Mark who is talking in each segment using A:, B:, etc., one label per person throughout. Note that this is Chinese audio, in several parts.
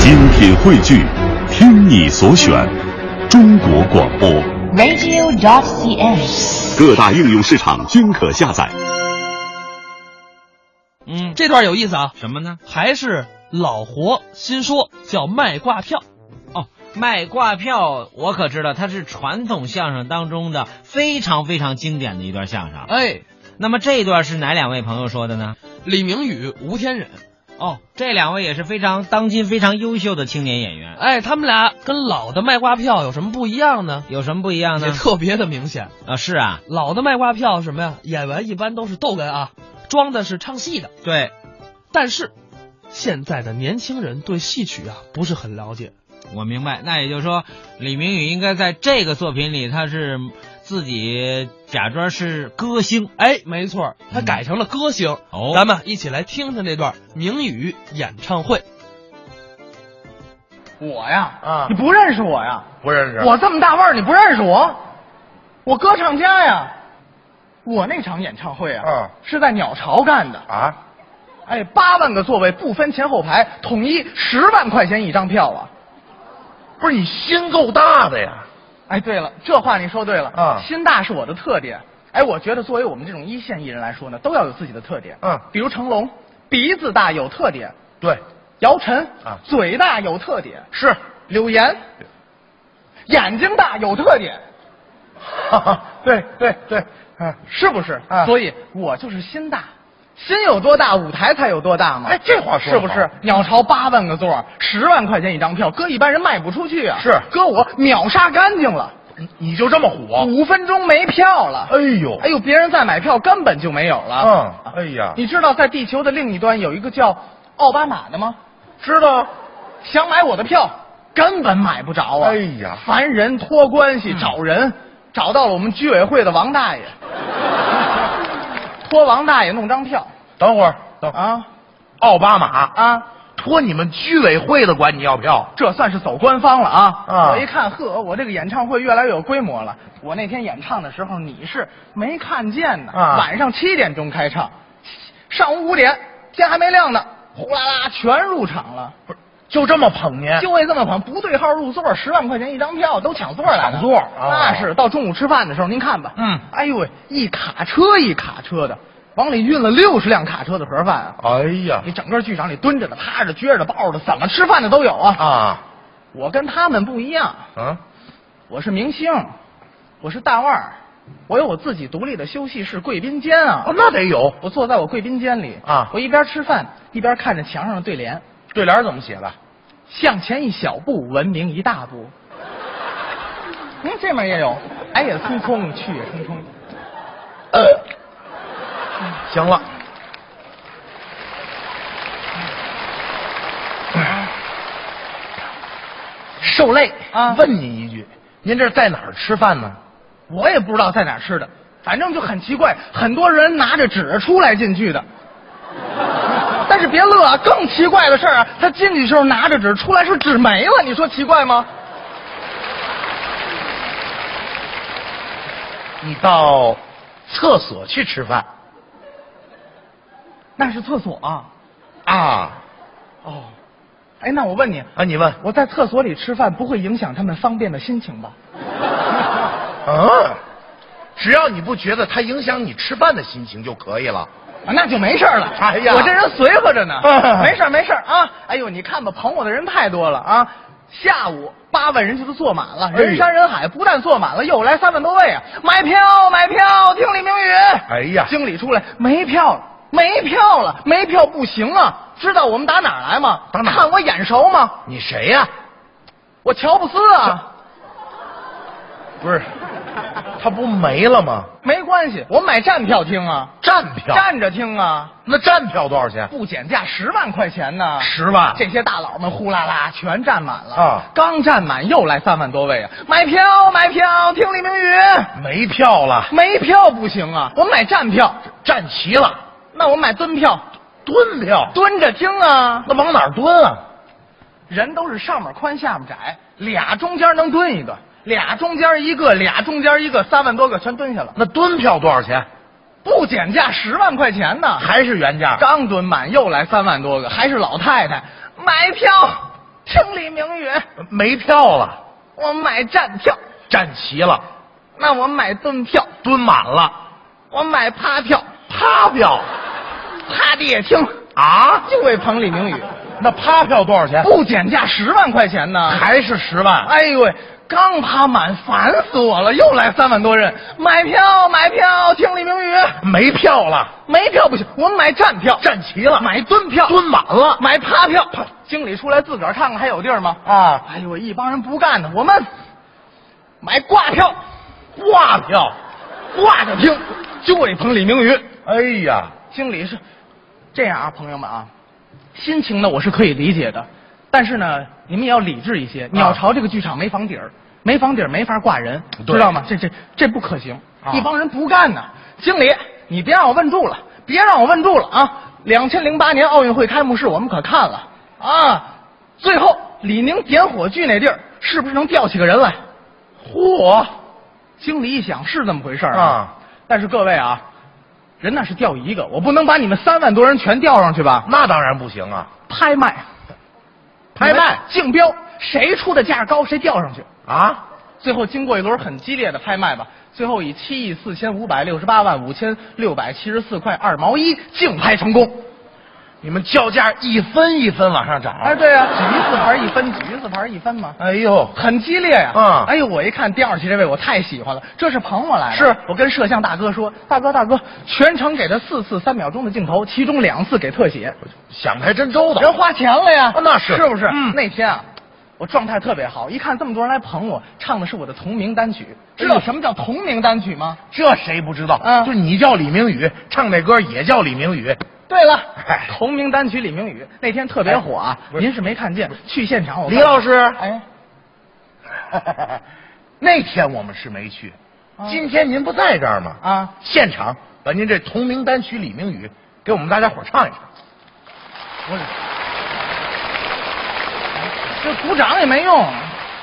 A: 精品汇聚，听你所选，中国广播。
B: radio.cn。
A: 各大应用市场均可下载。
C: 嗯，
D: 这段有意思啊，
C: 什么呢？
D: 还是老活新说，叫卖挂票。
C: 哦，卖挂票，我可知道，它是传统相声当中的非常非常经典的一段相声。
D: 哎，
C: 那么这一段是哪两位朋友说的呢？
D: 李明宇、吴天忍，
C: 哦，这两位也是非常当今非常优秀的青年演员，
D: 哎，他们俩跟老的卖挂票有什么不一样呢？
C: 有什么不一样
D: 也
C: 呢？
D: 特别的明显。
C: 啊，是啊，
D: 老的卖挂票是什么呀？演员一般都是逗哏啊，装的是唱戏的。
C: 对，
D: 但是现在的年轻人对戏曲啊不是很了解，
C: 我明白。那也就是说，李明宇应该在这个作品里，他是自己假装是歌星。
D: 哎，没错儿，他
C: 嗯
D: 改成了歌星。
C: 哦
D: 咱们一起来听听这段明宇演唱会。
E: 我呀，
D: 啊
E: 你不认识我呀？
F: 不认识。
E: 我这么大腕儿，你不认识我？我歌唱家呀！我那场演唱会啊，
F: 嗯
E: 是在鸟巢干的。
F: 啊，
E: 哎，八万个座位，不分前后排，统一十万块钱一张票啊！
F: 不是你心够大的呀！
E: 哎，对了，这话你说对了
F: 啊
E: 心大是我的特点。哎，我觉得作为我们这种一线艺人来说呢，都要有自己的特点。
F: 嗯
E: 比如成龙，鼻子大有特点；
F: 对，
E: 姚晨
F: 啊
E: 嘴大有特点；
F: 是，
E: 柳岩，眼睛大有特点。
F: 哈哈对对对，啊，
E: 是不是？
F: 啊
E: 所以我就是心大，心有多大，舞台才有多大嘛。
F: 哎这话说
E: 是
F: 得
E: 不
F: 好
E: 是？鸟巢八万个座儿，十万块钱一张票，搁一般人卖不出去啊。
F: 是
E: 搁我秒杀干净了，
F: 你你就这么火？
E: 五分钟没票了。
F: 啊哎呦，
E: 哎呦，别人再买票根本就没有了。
F: 嗯，哎呀，
E: 你知道在地球的另一端有一个叫奥巴马的吗？
F: 知道？
E: 想买我的票，根本买不着啊！
F: 哎呀嗯
E: 烦人，托关系找人，找到了我们居委会的王大爷，托王大爷弄张票
F: 等会儿，等会儿
E: 啊
F: 奥巴马
E: 啊！
F: 托你们居委会的管你要票，
E: 这算是走官方了啊！
F: 哦啊
E: 我一看，呵，我这个演唱会越来越有规模了。我那天演唱的时候，你是没看见呢。
F: 啊
E: 晚上七点钟开唱，上午五点天还没亮呢，呼啦啦全入场了。
F: 不是就这么捧您？
E: 就为这么捧，不对号入座，十万块钱一张票都抢座来了。
F: 抢座啊
E: 那是到中午吃饭的时候，您看吧。
F: 嗯
E: 哎呦喂，一卡车一卡车的，往里运了六十辆卡车的盒饭啊！
F: 哎呀
E: 你整个剧场里蹲着的、趴着、撅着、抱着，怎么吃饭的都有啊！
F: 啊，
E: 我跟他们不一样，
F: 嗯，
E: 我是明星，我是大腕儿，我有我自己独立的休息室、贵宾间啊
F: 哦，。那得有
E: 我坐在我贵宾间里
F: 啊
E: 我一边吃饭一边看着墙上的对联，
F: 对联怎么写的？
E: 向前一小步，文明一大步。嗯，这面也有，来也匆匆，去也匆匆。
F: 呃，行了，受累
E: 啊
F: 问您一句，您这是在哪儿吃饭呢？
E: 我也不知道在哪儿吃的，反正就很奇怪，很多人拿着纸出来进去的。但是别乐啊，更奇怪的事儿啊，他进去时候拿着纸，出来时候纸没了，你说奇怪吗？
F: 你到厕所去吃饭
E: 那是厕所啊。
F: 啊？
E: 哦，哎，那我问你，
F: 啊，你问，
E: 我在厕所里吃饭不会影响他们方便的心情吧？
F: 嗯，只要你不觉得它影响你吃饭的心情就可以了。
E: 啊，那就没事儿了。
F: 哎呀
E: 我这人随和着呢，
F: 哎
E: 没事儿没事儿啊。哎呦，你看吧，捧我的人太多了啊。下午八万人就都坐满了，
F: 哎呦
E: 人山人海，不但坐满了，又来三万多位啊！买票买票，听李明宇。
F: 哎呀
E: 经理出来，没票了，没票了，没票不行啊！知道我们打哪儿来吗？
F: 打哪儿
E: 看我眼熟吗？
F: 你谁呀、
E: 我乔布斯啊。
F: 不是，它不没了吗？
E: 没关系，我买站票听啊，
F: 站票，
E: 站着听啊，
F: 那站票多少钱？
E: 不减价十万块钱呢。
F: 十万。
E: 这些大佬们呼啦啦全站满了
F: 啊
E: 刚站满又来三万多位啊！买票买票，听李明宇，
F: 没票了，
E: 没票不行啊，我买站票，
F: 站齐了，
E: 那我买蹲票，
F: 蹲票，
E: 蹲着听啊。
F: 那往哪儿蹲啊？
E: 人都是上面宽下面窄，俩中间能蹲一个，俩中间一个，俩中间一个，三万多个全蹲下了，
F: 那蹲票多少钱？
E: 不减价十万块钱呢。
F: 还是原价？
E: 刚蹲满又来三万多个，还是老太太，买票听李明宇，
F: 没票了，
E: 我买站票，
F: 站齐了，
E: 那我买蹲票，
F: 蹲满了，
E: 我买趴票，
F: 趴票
E: 趴的也听，
F: 啊？
E: 就为捧李明宇，
F: 那趴票多少钱？
E: 不减价十万块钱呢。
F: 还是十万？
E: 哎呦喂，刚趴满，烦死我了！又来三万多人，买票买票，听李明宇，
F: 没票了，
E: 没票不行，我们买站票，
F: 站齐了，
E: 买蹲票，
F: 蹲满了
E: 买趴票。经理出来自个儿看看还有地儿吗？
F: 啊，
E: 哎呦喂，一帮人不干呢，我们买挂票，
F: 挂票。
E: 挂着听，就为捧李明宇。
F: 哎呀，
E: 经理是这样啊，朋友们啊，心情呢我是可以理解的，但是呢，你们也要理智一
F: 啊
E: 些。鸟巢这个剧场没房顶儿，没房顶儿没法挂人，
F: 对
E: 知道吗？这这这不可行，
F: 啊
E: 一帮人不干呢。经理，你别让我问住了，别让我问住了啊！两千零八年奥运会开幕式我们可看了啊，最后李宁点火炬那地儿是不是能吊起个人来？嚯！经理一想是这么回事儿
F: 啊
E: 但是各位啊，人那是掉一个，我不能把你们三万多人全调上去吧？
F: 那当然不行啊！
E: 拍卖，
F: 拍卖
E: 竞标，谁出的价高谁调上去。
F: 啊，
E: 最后经过一轮很激烈的拍卖吧，最后以七亿四千五百六十八万五千六百七十四块二毛一竞拍成功。
F: 你们叫价一分一分往上涨。
E: 哎，对啊，举一次牌一分，举一次牌一分嘛。
F: 哎呦，
E: 很激烈呀、
F: 嗯
E: 哎呦，我一看第二期这位，我太喜欢了，这是捧我来的。
F: 是
E: 我跟摄像大哥说，大哥大哥，全程给他四次三秒钟的镜头，其中两次给特写，
F: 想的还真 周
E: 人
F: 到。
E: 花钱了呀
F: 啊，那是
E: 是不是？
F: 嗯
E: 那天啊，我状态特别好，一看这么多人来捧我，唱的是我的同名单曲，知道什么叫同名单曲吗？
F: 这谁不知道？
E: 嗯
F: 就是你叫李明宇，唱那歌也叫李明宇。
E: 对了
F: 哎，
E: 同名单曲李明宇那天特别火啊
F: 哎，不是
E: 您是没看见，去现场我
F: 李
E: 告诉
F: 老
E: 你
F: 师
E: 哎，
F: 那天我们是没去，
E: 啊
F: 今天您不在这儿吗？
E: 啊
F: 现场把您这同名单曲《李明宇》给我们大家伙儿唱一唱。
E: 不是，这鼓掌也没用，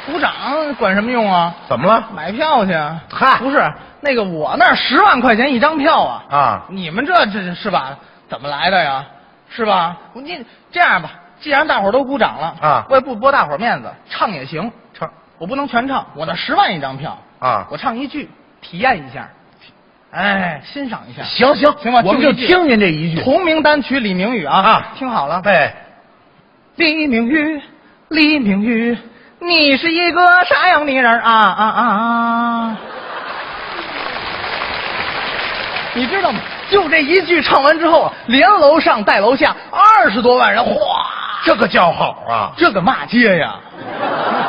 E: 鼓掌管什么用啊？
F: 怎么了？
E: 买票去啊！
F: 嗨
E: 不是那个我那十万块钱一张票啊！
F: 啊
E: 你们这这是吧？怎么来的呀？是吧？我你这样吧，既然大伙儿都鼓掌了
F: 啊
E: 我也不驳大伙儿面子，唱也行，
F: 唱
E: 我不能全唱，我那十万一张票
F: 啊
E: 我唱一句，体验一下，哎，欣赏一下，
F: 行行
E: 行吧，
F: 我们就
E: 一句
F: 听您这一句。
E: 同名单曲李明宇啊
F: 啊
E: 听好了，
F: 哎，
E: 李明宇，李明宇，你是一个啥样的人儿啊啊啊啊！ 你知道吗？就这一句唱完之后，连楼上带楼下二十多万人，哗，
F: 这个叫好啊！
E: 这个骂街呀！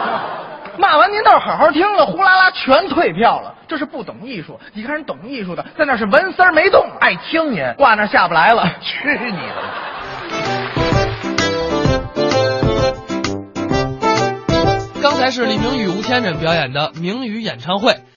E: 骂完您倒是好好听啊，呼啦啦全退票了，这是不懂艺术。你看人懂艺术的，在那是纹丝儿没动，哎，
F: 爱听您。
E: 挂那儿下不来了。
F: 去你的！
D: 刚才是李明宇、吴天忍表演的《明宇演唱会》。